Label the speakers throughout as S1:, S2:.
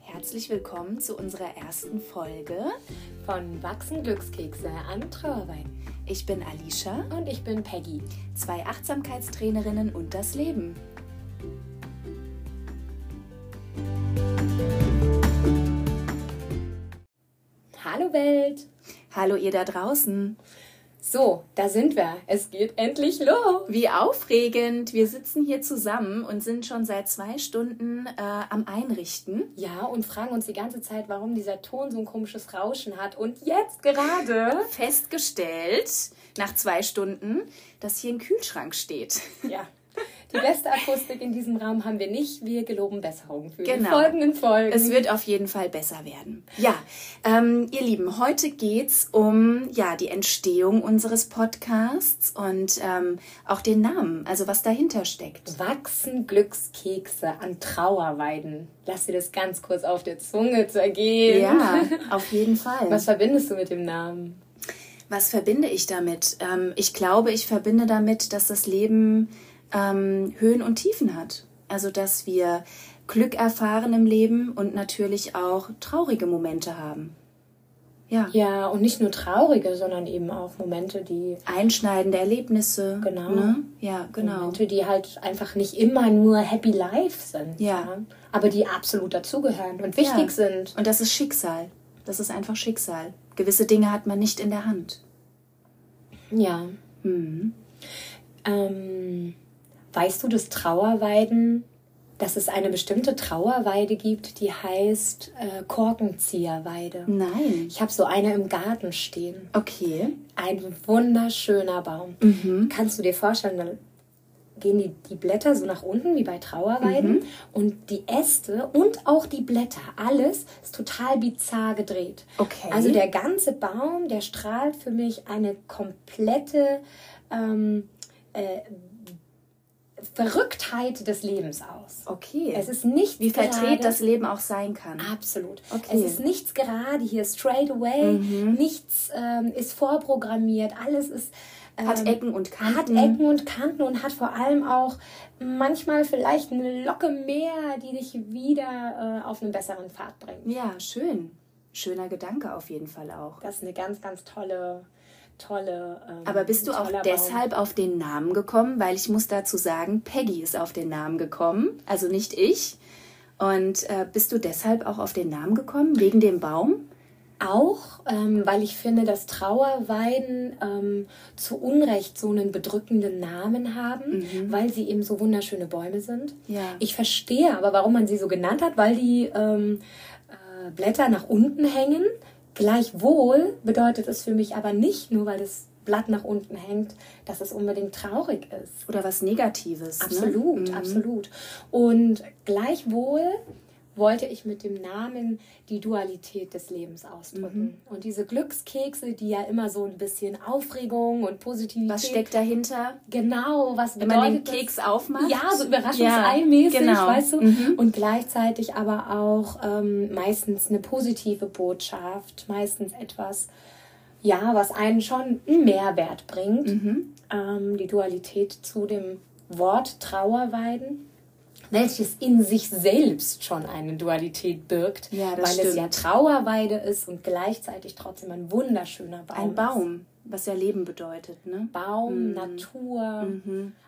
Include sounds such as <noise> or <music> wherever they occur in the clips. S1: herzlich willkommen zu unserer ersten Folge.
S2: Von Wachsen Glückskekse am Trauerwein.
S1: Ich bin Alicia,
S2: Und ich bin Peggy.
S1: zwei Achtsamkeitstrainerinnen und das Leben.
S2: Hallo Welt!
S1: Hallo ihr da draußen.
S2: So, da sind wir. Es geht endlich los.
S1: Wie aufregend! Wir sitzen hier zusammen und sind schon seit zwei Stunden äh, am Einrichten.
S2: Ja, und fragen uns die ganze Zeit, warum dieser Ton so ein komisches Rauschen hat. Und
S1: <laughs>
S2: jetzt gerade.
S1: Festgestellt, nach zwei Stunden, dass hier ein Kühlschrank steht.
S2: Ja. Die beste Akustik in diesem Raum haben wir nicht. Wir geloben Besserung für die
S1: Genau.
S2: folgenden Folgen.
S1: Es wird auf jeden Fall besser werden. Ja, ähm, ihr Lieben, heute geht's um ja die Entstehung unseres Podcasts und ähm, auch den Namen, also was dahinter steckt.
S2: Wachsen Glückskekse an Trauerweiden. Lass dir das ganz kurz auf der Zunge zergehen.
S1: Ja, auf jeden Fall.
S2: <laughs> Was
S1: Was,
S2: verbindest du mit dem Namen?
S1: verbinde ich damit? Ähm, ich glaube, ich verbinde damit, dass das Leben ähm, Höhen und Tiefen hat. Also dass wir Glück erfahren im Leben und natürlich auch traurige Momente haben. Ja.
S2: Ja, und nicht nur traurige, sondern eben auch Momente, die
S1: Einschneidende Erlebnisse.
S2: Genau.
S1: Ne? Ja, genau.
S2: Momente, die halt einfach nicht immer nur Happy Life sind,
S1: Ja.
S2: aber die absolut dazugehören und wichtig
S1: Ja.
S2: sind.
S1: Und das ist Schicksal. Das ist einfach Schicksal. Gewisse Dinge hat man nicht in der Hand.
S2: Ja.
S1: Hm.
S2: Mhm. Ähm, weißt du, dass Trauerweiden, dass es eine bestimmte Trauerweide gibt, die heißt äh, Korkenzieherweide?
S1: Mhm. Nein.
S2: Ich habe so eine im Garten stehen.
S1: Okay.
S2: Ein wunderschöner Baum.
S1: Mhm.
S2: Kannst du dir vorstellen, dann gehen die, die Blätter so nach unten wie bei Trauerweiden
S1: Mhm.
S2: und die Äste und auch die Blätter, alles ist total bizarr gedreht.
S1: Okay.
S2: Also der ganze Baum, der strahlt für mich eine komplette ähm, äh, Verrücktheit des Lebens aus.
S1: Okay.
S2: Es ist Ah, nicht
S1: Wie verdreht das Leben auch sein kann.
S2: Absolut.
S1: Okay. Mhm.
S2: Es ist nichts gerade hier straight away, nichts ähm, ist vorprogrammiert, alles ist ähm,
S1: Hat Ecken und Kanten.
S2: hat Ecken und Kanten und hat vor allem auch manchmal vielleicht eine Locke mehr, die dich wieder äh, auf einen besseren Pfad bringt.
S1: Ja, schön. Schöner Gedanke auf jeden Fall auch.
S2: Das ist eine ganz, ganz tolle, tolle. Ähm,
S1: Aber bist du
S2: ein
S1: auch
S2: toller
S1: deshalb auf den Namen gekommen? Weil ich muss dazu sagen, Peggy ist auf den Namen gekommen, also nicht ich. Und äh, bist du deshalb auch auf den Namen gekommen? Wegen dem Baum?
S2: Baum. Auch, ähm, weil ich finde, dass Trauerweiden ähm, zu Unrecht so einen bedrückenden Namen haben, weil sie eben so wunderschöne Bäume sind.
S1: Ja.
S2: Ich verstehe aber, warum man sie so genannt hat, weil die ähm, äh, Blätter nach unten hängen. Gleichwohl bedeutet es für mich aber nicht nur, weil das Blatt nach unten hängt, dass es unbedingt traurig ist.
S1: Oder was Negatives?
S2: Absolut,
S1: Ne? Mhm.
S2: absolut. Und gleichwohl wollte ich mit dem Namen die Dualität des Lebens
S1: Mhm.
S2: ausdrücken. Und diese Glückskekse, die ja immer so ein bisschen Aufregung und Positivität.
S1: Was steckt dahinter?
S2: Genau, was
S1: Wenn
S2: bedeutet
S1: man den
S2: das?
S1: Keks aufmacht?
S2: Ja, so überraschungseimäßig,
S1: genau.
S2: weißt du?
S1: Mhm.
S2: Und gleichzeitig aber auch ähm, meistens eine positive Botschaft, meistens etwas, ja, was einen schon einen Mehrwert bringt.
S1: Mhm.
S2: Ähm, die Dualität zu dem Wort Trauerweiden, welches in sich selbst schon eine Dualität birgt,
S1: Ja,
S2: weil
S1: das
S2: es ja
S1: stimmt.
S2: Trauerweide ist und gleichzeitig trotzdem ein wunderschöner Baum.
S1: Ein
S2: ist.
S1: Baum, was ja Leben bedeutet, ne?
S2: Baum, Natur,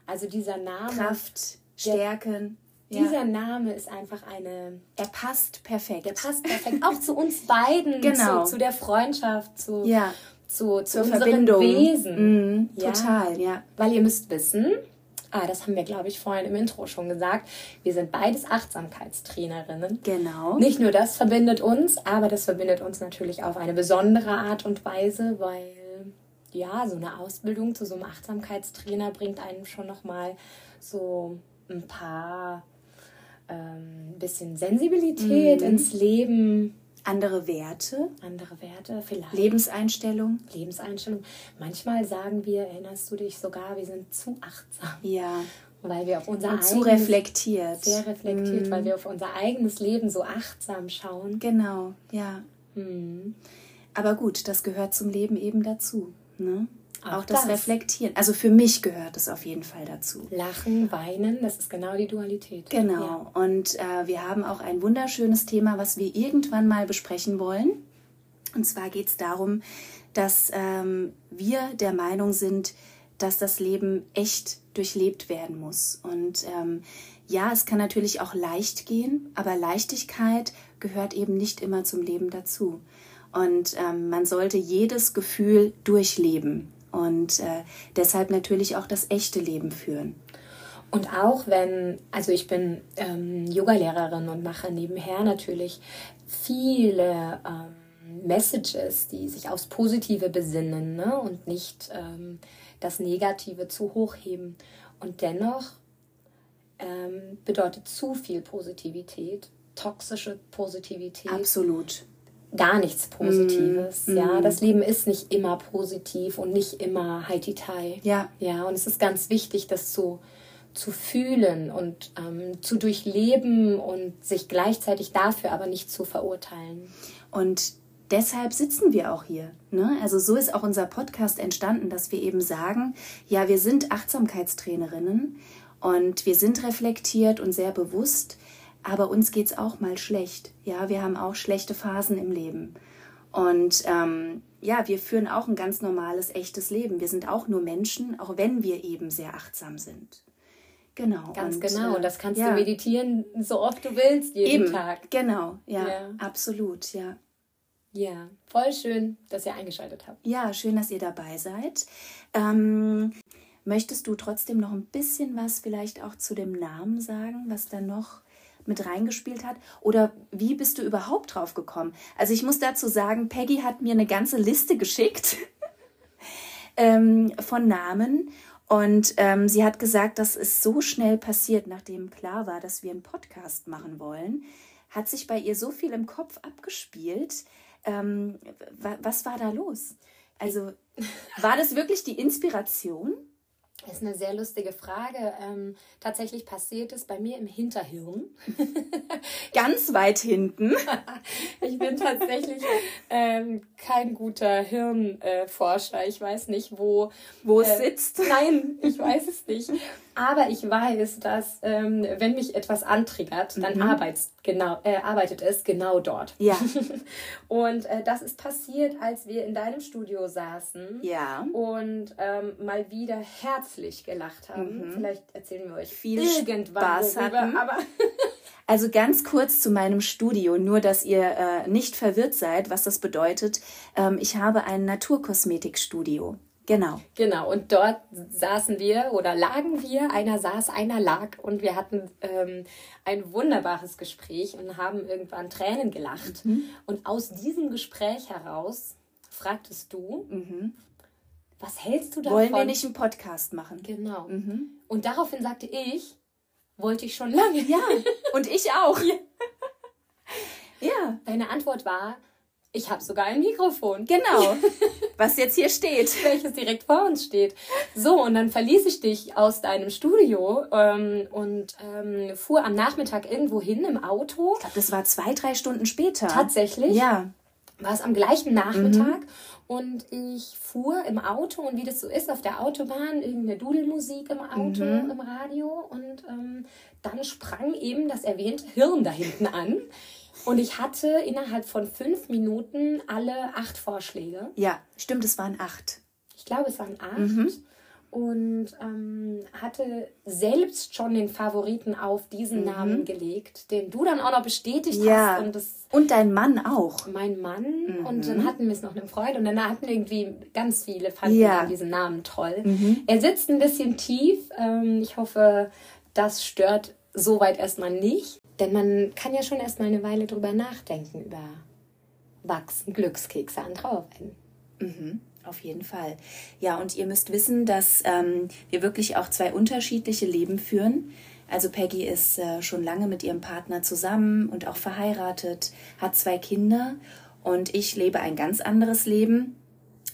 S2: also dieser Name.
S1: Mhm. Kraft, Stärken. Ja.
S2: Dieser Name ist einfach eine.
S1: er passt perfekt.
S2: Der passt perfekt auch zu uns beiden,
S1: Genau.
S2: zu, zu der Freundschaft, zu,
S1: Ja,
S2: zu, zu
S1: zur
S2: unserem
S1: Verbindung.
S2: Wesen.
S1: Mhm,
S2: Ja.
S1: Total, ja.
S2: Weil ihr müsst wissen, ah, das haben wir, glaube ich, vorhin im Intro schon gesagt, wir sind beides Achtsamkeitstrainerinnen.
S1: Genau.
S2: Nicht nur das verbindet uns, aber das verbindet uns natürlich auf eine besondere Art und Weise, weil ja, so eine Ausbildung zu so einem Achtsamkeitstrainer bringt einem schon nochmal so ein paar ähm, bisschen Sensibilität
S1: Mhm.
S2: ins Leben,
S1: Andere Werte,
S2: andere Werte, vielleicht
S1: Lebenseinstellung.
S2: Lebenseinstellung. Manchmal sagen wir, erinnerst du dich sogar, wir sind zu achtsam,
S1: Ja.
S2: weil wir auf unser
S1: Und zu
S2: eigenes-
S1: reflektiert. Mhm.
S2: sehr reflektiert, weil wir auf unser eigenes Leben so achtsam schauen.
S1: Genau, ja.
S2: Hm.
S1: Aber gut, das gehört zum Leben eben dazu. Ne? Auch, das, Reflektieren. Also für mich gehört es auf jeden Fall dazu.
S2: Lachen, weinen, das ist genau die Dualität.
S1: Genau. Und äh, wir haben auch ein wunderschönes Thema, was wir irgendwann mal besprechen wollen. Und zwar geht es darum, dass ähm, wir der Meinung sind, dass das Leben echt durchlebt werden muss. Und ähm, ja, es kann natürlich auch leicht gehen, aber Leichtigkeit gehört eben nicht immer zum Leben dazu. Und ähm, man sollte jedes Gefühl durchleben und äh, deshalb natürlich auch das echte Leben führen.
S2: Und auch wenn, also ich bin ähm, Yogalehrerin und mache nebenher natürlich viele ähm, Messages, die sich aufs Positive besinnen ne? und nicht ähm, das Negative zu hochheben. Und dennoch ähm, bedeutet zu viel Positivität, toxische Positivität.
S1: Absolut
S2: gar nichts Positives. Mm. Ja, das Leben ist nicht immer positiv und nicht immer heititei.
S1: Ja.
S2: Ja, und es ist ganz wichtig, das zu, zu fühlen und ähm, zu durchleben und sich gleichzeitig dafür aber nicht zu verurteilen.
S1: Und deshalb sitzen wir auch hier. Ne? Also so ist auch unser Podcast entstanden, dass wir eben sagen, ja, wir sind Achtsamkeitstrainerinnen und wir sind reflektiert und sehr bewusst, aber uns geht's auch mal schlecht. Ja, wir haben auch schlechte Phasen im Leben. Und ähm, ja, wir führen auch ein ganz normales, echtes Leben. Wir sind auch nur Menschen, auch wenn wir eben sehr achtsam sind. Genau.
S2: Ganz und, genau. Und das kannst ja. du meditieren, so oft du willst, jeden eben. Tag.
S1: Genau, ja, ja. Absolut, ja.
S2: Ja, voll schön, dass ihr eingeschaltet habt.
S1: Ja, schön, dass ihr dabei seid. Ähm, möchtest du trotzdem noch ein bisschen was vielleicht auch zu dem Namen sagen, was da noch mit reingespielt hat? Oder wie bist du überhaupt drauf gekommen? Also ich muss dazu sagen, Peggy hat mir eine ganze Liste geschickt ähm, von Namen. Und ähm, sie hat gesagt, das ist so schnell passiert, nachdem klar war, dass wir einen Podcast machen wollen, hat sich bei ihr so viel im Kopf abgespielt. Ähm, was war da los? Also war das wirklich die Inspiration?
S2: Das ist eine sehr lustige Frage. Ähm, tatsächlich passiert es bei mir im Hinterhirn.
S1: Ganz weit hinten.
S2: ich bin tatsächlich ähm, kein guter Hirnforscher. Äh, ich weiß nicht, wo,
S1: wo es äh, sitzt.
S2: Nein, ich weiß es nicht. Aber ich weiß, dass ähm, wenn mich etwas antriggert, dann mhm. arbeitet, genau, äh, arbeitet es genau dort.
S1: Ja.
S2: und äh, das ist passiert, als wir in deinem Studio saßen.
S1: Ja.
S2: Und ähm, mal wieder herzlich gelacht haben. Mhm. Vielleicht erzählen wir euch
S1: viel irgendwann Spaß worüber, hatten. aber Also ganz kurz zu meinem Studio, nur dass ihr äh, nicht verwirrt seid, was das bedeutet. Ähm, ich habe ein Naturkosmetikstudio. Genau.
S2: Genau. Und dort saßen wir oder lagen wir. Einer saß, einer lag. Und wir hatten ähm, ein wunderbares Gespräch und haben irgendwann Tränen gelacht. Mhm. Und aus diesem Gespräch heraus fragtest du, mhm. was hältst du davon?
S1: Wollen wir nicht einen Podcast machen?
S2: Genau. Mhm. Und daraufhin sagte ich, wollte ich schon lange.
S1: Ja. Und ich auch.
S2: ja. ja. Deine Antwort war, ich habe sogar ein Mikrofon.
S1: Genau.
S2: <laughs>
S1: Was jetzt hier steht.
S2: Welches direkt vor uns steht. So, und dann verließ ich dich aus deinem Studio ähm, und ähm, fuhr am Nachmittag irgendwo hin im Auto.
S1: Ich glaube, das war zwei, drei Stunden später.
S2: Tatsächlich?
S1: Ja.
S2: War es am gleichen Nachmittag. Mhm. Und ich fuhr im Auto und wie das so ist auf der Autobahn, irgendeine Dudelmusik im Auto, mhm. im Radio. Und ähm, dann sprang eben das erwähnte Hirn da hinten an. Und ich hatte innerhalb von fünf Minuten alle acht Vorschläge.
S1: Ja, stimmt, es waren acht.
S2: Ich glaube, es waren acht. Mhm. Und ähm, hatte selbst schon den Favoriten auf diesen mhm. Namen gelegt, den du dann auch noch bestätigt
S1: ja.
S2: hast. Und,
S1: das, und dein Mann auch.
S2: Mein Mann. Mhm. Und dann hatten wir es noch einem Freund. Und dann hatten irgendwie ganz viele, fanden ja. Mhm. diesen Namen toll. Er sitzt ein bisschen tief. Ähm, ich hoffe, das stört soweit erstmal nicht. Denn man kann ja schon erstmal eine Weile drüber nachdenken, über wachsen Glückskekse an Trauerweiden.
S1: Mhm, auf jeden Fall. Ja, und ihr müsst wissen, dass ähm, wir wirklich auch zwei unterschiedliche Leben führen. Also Peggy ist äh, schon lange mit ihrem Partner zusammen und auch verheiratet, hat zwei Kinder und ich lebe ein ganz anderes Leben,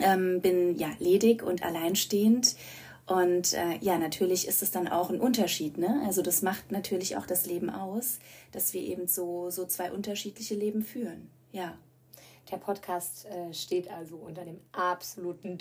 S1: ähm, bin ja ledig und alleinstehend. Und äh, ja, natürlich ist es dann auch ein Unterschied, ne? Also das macht natürlich auch das Leben aus, dass wir eben so, so zwei unterschiedliche Leben führen. Ja.
S2: Der Podcast äh, steht also unter dem absoluten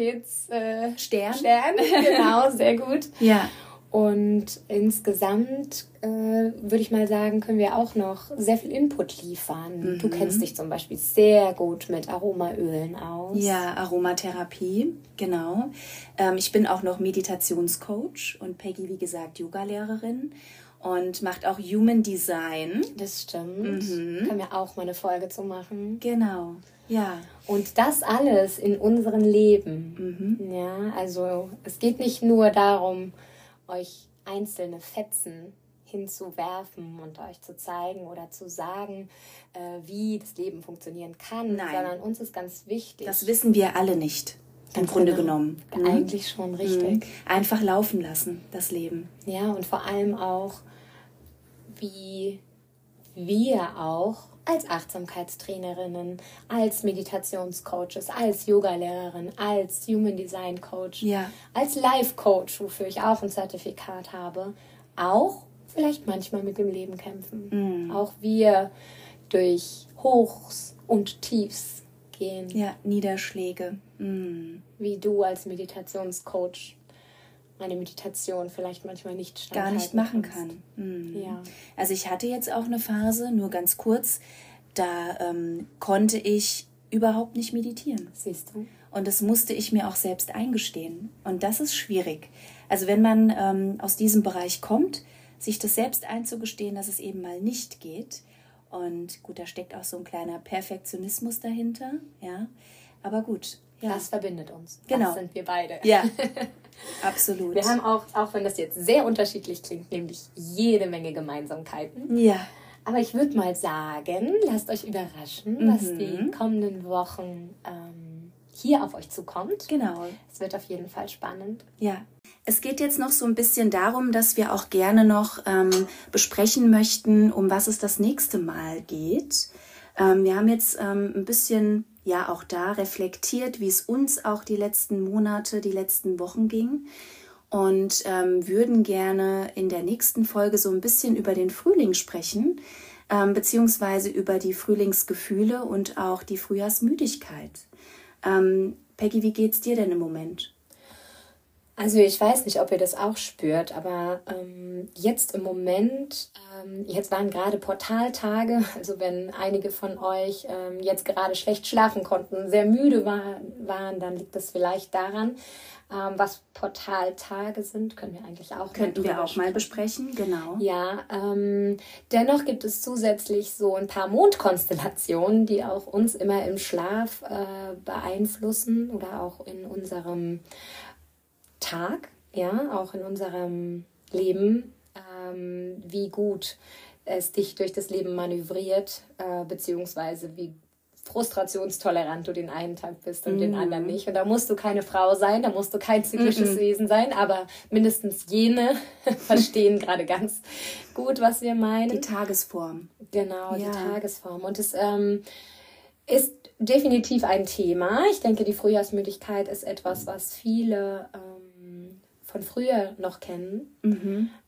S2: Dualitätsstern. Äh, Stern. Stern. genau,
S1: <laughs>
S2: sehr gut.
S1: Ja.
S2: Und insgesamt äh, würde ich mal sagen, können wir auch noch sehr viel Input liefern.
S1: Mhm.
S2: Du kennst dich zum Beispiel sehr gut mit Aromaölen aus.
S1: Ja, Aromatherapie, genau. Ähm, ich bin auch noch Meditationscoach und Peggy, wie gesagt, Yogalehrerin und macht auch Human Design.
S2: Das stimmt.
S1: Mhm.
S2: Können wir auch mal eine Folge zu machen.
S1: Genau, ja.
S2: Und das alles in unseren Leben.
S1: Mhm.
S2: Ja, also es geht nicht nur darum, euch einzelne Fetzen hinzuwerfen und euch zu zeigen oder zu sagen, äh, wie das Leben funktionieren kann,
S1: Nein.
S2: sondern uns ist ganz wichtig.
S1: Das wissen wir alle nicht, im
S2: Ganz
S1: Grunde
S2: genau.
S1: genommen. Mhm.
S2: Eigentlich schon richtig.
S1: Einfach laufen lassen, das Leben.
S2: Ja, und vor allem auch, wie wir auch als Achtsamkeitstrainerinnen, als Meditationscoaches, als Yogalehrerin, als Human Design Coach,
S1: Ja.
S2: als Life Coach, wofür ich auch ein Zertifikat habe, auch vielleicht manchmal mit dem Leben
S1: Mhm.
S2: kämpfen. Auch wir durch Hochs und Tiefs gehen
S1: Ja, Niederschläge. Mhm.
S2: wie du als Meditationscoach meine Meditation vielleicht manchmal nicht
S1: Gar nicht machen kann. Mhm.
S2: Ja.
S1: Also ich hatte jetzt auch eine Phase, nur ganz kurz, da ähm, konnte ich überhaupt nicht meditieren.
S2: Siehst du?
S1: Und das musste ich mir auch selbst eingestehen. Und das ist schwierig. Also wenn man ähm, aus diesem Bereich kommt, sich das selbst einzugestehen, dass es eben mal nicht geht. Und gut, da steckt auch so ein kleiner Perfektionismus dahinter, ja. Aber gut, ja.
S2: Das verbindet uns.
S1: Genau.
S2: Das sind wir beide.
S1: Ja,
S2: <laughs>
S1: absolut.
S2: Wir haben auch, auch wenn das jetzt sehr unterschiedlich klingt, nämlich jede Menge Gemeinsamkeiten.
S1: ja,
S2: Aber ich würde mal sagen, lasst euch überraschen, was die kommenden Wochen ähm, hier auf euch zukommt.
S1: genau.
S2: Es wird auf jeden Fall spannend.
S1: Ja. Es geht jetzt noch so ein bisschen darum, dass wir auch gerne noch ähm, besprechen möchten, um was es das nächste Mal geht. Ähm, wir haben jetzt ähm, ein bisschen ja auch da reflektiert, wie es uns auch die letzten Monate, die letzten Wochen ging und ähm, würden gerne in der nächsten Folge so ein bisschen über den Frühling sprechen, ähm, beziehungsweise über die Frühlingsgefühle und auch die Frühjahrsmüdigkeit. Ähm, Peggy, wie geht's dir denn im Moment?
S2: Also ich weiß nicht, ob ihr das auch spürt, aber ähm, jetzt im Moment, ähm, jetzt waren gerade Portaltage, <laughs> also wenn einige von euch ähm, jetzt gerade schlecht schlafen konnten, sehr müde war, waren, dann liegt das vielleicht daran, ähm, was Portaltage sind, können wir eigentlich auch mal
S1: Könnten wir
S2: drüber
S1: auch mal besprechen, genau.
S2: ja, ähm, dennoch gibt es zusätzlich so ein paar Mondkonstellationen, die auch uns immer im Schlaf äh, beeinflussen oder auch in unserem Tag, ja, auch in unserem Leben, ähm, wie gut es dich durch das Leben manövriert, äh, beziehungsweise wie frustrationstolerant du den einen Tag bist und den anderen nicht. Und da musst du keine Frau sein, da musst du kein zyklisches Wesen sein, aber mindestens jene <laughs> verstehen gerade ganz gut, was wir meinen.
S1: Die Tagesform.
S2: Genau,
S1: Ja.
S2: die Tagesform. Und es ähm, ist definitiv ein Thema. Ich denke, die Frühjahrsmüdigkeit ist etwas, was viele ähm, von früher noch kennen.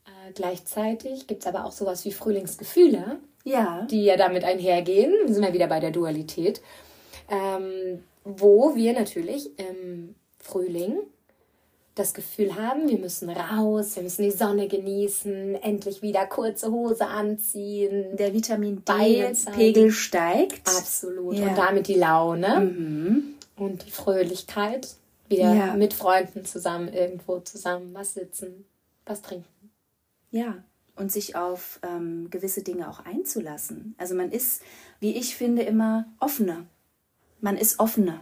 S2: Äh, gleichzeitig gibt es aber auch sowas wie Frühlingsgefühle,
S1: Ja.
S2: die ja damit einhergehen. Wir sind ja wieder bei der Dualität. Ähm, wo wir natürlich im Frühling das Gefühl haben, wir müssen raus, wir müssen die Sonne genießen, endlich wieder kurze Hose anziehen,
S1: Der Vitamin
S2: Beilzeit.
S1: D-Pegel steigt.
S2: Absolut.
S1: Ja.
S2: Und damit die Laune Mhm. und die Fröhlichkeit. Wieder
S1: Ja.
S2: mit Freunden zusammen, irgendwo zusammen was sitzen, was trinken.
S1: Ja. Und sich auf ähm, gewisse Dinge auch einzulassen. Also man ist, wie ich finde, immer offener. Man ist offener.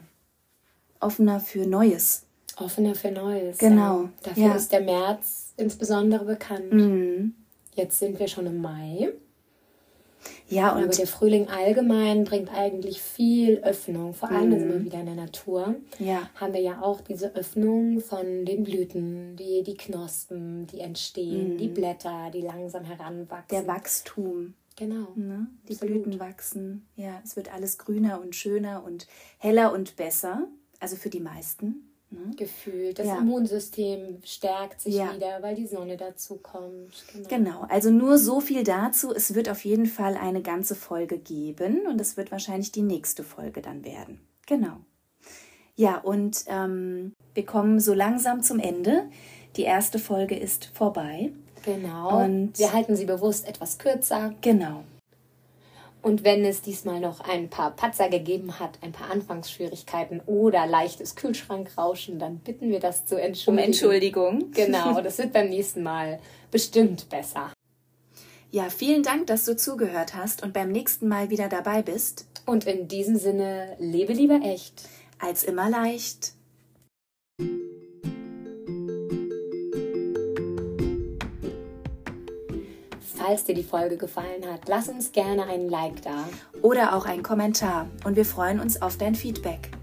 S1: Offener für Neues.
S2: Offener für Neues.
S1: Genau.
S2: Ähm, dafür
S1: Ja.
S2: ist der März insbesondere bekannt.
S1: Mhm.
S2: Jetzt sind wir schon im Mai.
S1: Ja,
S2: Aber
S1: und
S2: der Frühling allgemein bringt eigentlich viel Öffnung. Vor allem sind wir wieder in der Natur.
S1: ja.
S2: Haben wir ja auch diese Öffnung von den Blüten, die, die Knospen, die entstehen, die Blätter, die langsam heranwachsen.
S1: der Wachstum.
S2: Genau.
S1: Ne? Die
S2: Absolut.
S1: Blüten wachsen. Ja, es wird alles grüner und schöner und heller und besser. Also für die meisten.
S2: ne? gefühlt. Das ja. Immunsystem stärkt sich ja. wieder, weil die Sonne dazu kommt.
S1: Genau. genau. also nur so viel dazu. Es wird auf jeden Fall eine ganze Folge geben und es wird wahrscheinlich die nächste Folge dann werden. Genau. Ja, und ähm, wir kommen so langsam zum Ende. Die erste Folge ist vorbei.
S2: Genau. Und wir halten sie bewusst etwas kürzer.
S1: Genau.
S2: Und wenn es diesmal noch ein paar Patzer gegeben hat, ein paar Anfangsschwierigkeiten oder leichtes Kühlschrankrauschen, dann bitten wir das zu entschuldigen.
S1: Um Entschuldigung.
S2: <laughs> Genau, das wird beim nächsten Mal bestimmt besser.
S1: Ja, vielen Dank, dass du zugehört hast und beim nächsten Mal wieder dabei bist.
S2: Und in diesem Sinne, lebe lieber echt.
S1: Als immer leicht.
S2: falls dir die Folge gefallen hat, lass uns gerne einen Like da.
S1: Oder auch einen Kommentar und wir freuen uns auf dein Feedback.